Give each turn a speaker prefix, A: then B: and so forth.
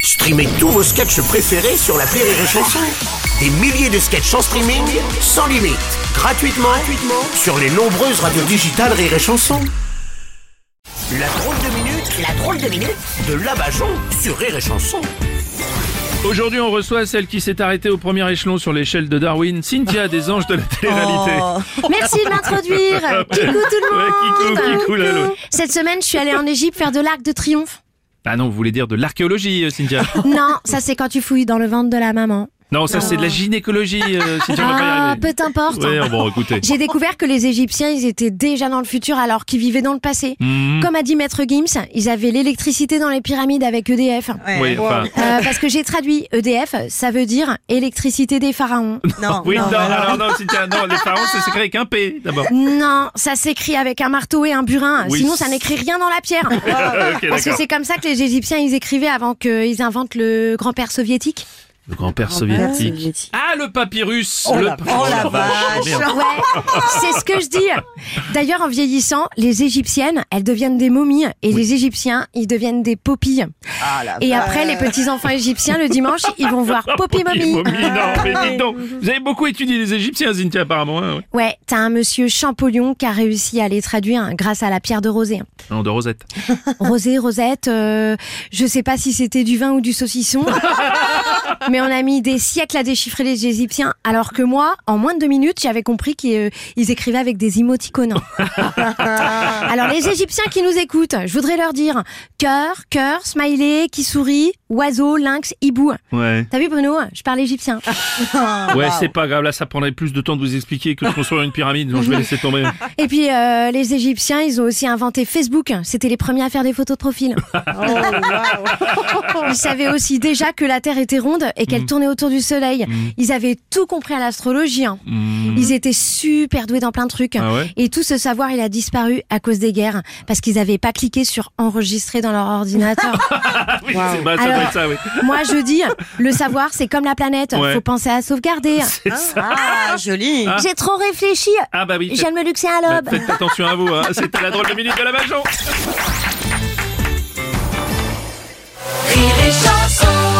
A: Streamez tous vos sketchs préférés sur la Rire et Chanson. Des milliers de sketchs en streaming, sans limite, gratuitement, gratuitement sur les nombreuses radios digitales Rire et Chanson. La drôle de minute, la drôle de minute de Labajon sur Rire et Chanson.
B: Aujourd'hui, on reçoit celle qui s'est arrêtée au premier échelon sur l'échelle de Darwin, Cynthia des anges de la télé-réalité.
C: Merci de m'introduire. Kikou tout le
B: Ouais,
C: monde.
B: kikou, kikou, là, l'autre.
C: Cette semaine, je suis allée en Égypte faire de l'arc de triomphe.
B: Ah non, vous voulez dire de l'archéologie, euh, Cynthia
C: Non, ça c'est quand tu fouilles dans le ventre de la maman.
B: Non, ça c'est de la gynécologie, euh, Cynthia, on va pas y
C: Ah,
B: arriver.
C: peu importe.
B: Ouais, bon, écoutez.
C: J'ai découvert que les Égyptiens, ils étaient déjà dans le futur alors qu'ils vivaient dans le passé.
B: Mhm.
C: Comme a dit Maître Gims, ils avaient l'électricité dans les pyramides avec EDF.
B: Oui, enfin,
C: Euh, parce que j'ai traduit EDF, ça veut dire électricité des pharaons.
D: Non,
B: oui, non,
D: non, voilà.
B: alors, non, Cynthia, non, les pharaons, c'est secret avec un P, d'abord.
C: Non, ça s'écrit avec un marteau et un burin.
B: Oui.
C: Sinon, ça n'écrit rien dans la pierre.
B: ok,
C: Parce que
B: d'accord.
C: c'est comme ça que les Égyptiens ils écrivaient avant qu'ils inventent le grand-père soviétique.
B: Le grand-père soviétique. Ah, le papyrus le...
D: la- oh, la vache.
B: merde.
C: Ouais, c'est ce que je dis. D'ailleurs, en vieillissant, les Égyptiennes, elles deviennent des momies et les Égyptiens, ils deviennent des poppies.
D: Ah, la
C: Et
D: vache.
C: après, les petits enfants égyptiens le dimanche, ils vont voir Poppy
B: Momie,
C: Mommy.
B: momie, non, mais dites donc, vous avez beaucoup étudié les Égyptiens, Cynthia, apparemment. hein, ouais.
C: Ouais, t'as un monsieur Champollion qui a réussi à les traduire hein, grâce à la pierre de rosée.
B: Non, de Rosette.
C: Rosée, Rosette, euh, je sais pas si c'était du vin ou du saucisson. Mais on a mis des siècles à déchiffrer les Égyptiens, alors que moi, en moins de deux minutes, j'avais compris qu'ils euh, ils écrivaient avec des émoticônes. alors les Égyptiens qui nous écoutent, je voudrais leur dire cœur, cœur, smiley, qui sourit, oiseau, lynx, hibou.
B: Ouais.
C: T'as vu Bruno, je parle égyptien.
B: Ouais, c'est pas grave, là, ça prendrait plus de temps de vous expliquer que de construire une pyramide, donc je vais laisser tomber.
C: Et puis euh, les Égyptiens, ils ont aussi inventé Facebook. C'était les premiers à faire des photos de profil.
D: Oh
C: Ils savaient aussi déjà que la Terre était ronde et
B: Mm.
C: qu'elle tournait autour du Soleil. Ils avaient tout compris à l'astrologie. hein.
B: Hmm.
C: Ils étaient super doués dans plein de trucs.
B: Ah ouais
C: Et tout ce savoir, il a disparu à cause des guerres, parce qu'ils n'avaient pas cliqué sur enregistrer dans leur ordinateur.
B: Oui, c'est- bah, ça doit
C: Alors-
B: être ça, oui.
C: Moi, je dis, le savoir, c'est comme la planète.
B: Ouais.
C: Faut penser à sauvegarder.
D: Ah, joli.
C: J'ai trop réfléchi.
B: Ah bah oui,
C: Je
B: faites,
C: viens de me luxer un
B: bah,
C: lobe.
B: faites attention à vous, hein. c'était la drôle de minute de la Bajon
E: Rire et chanson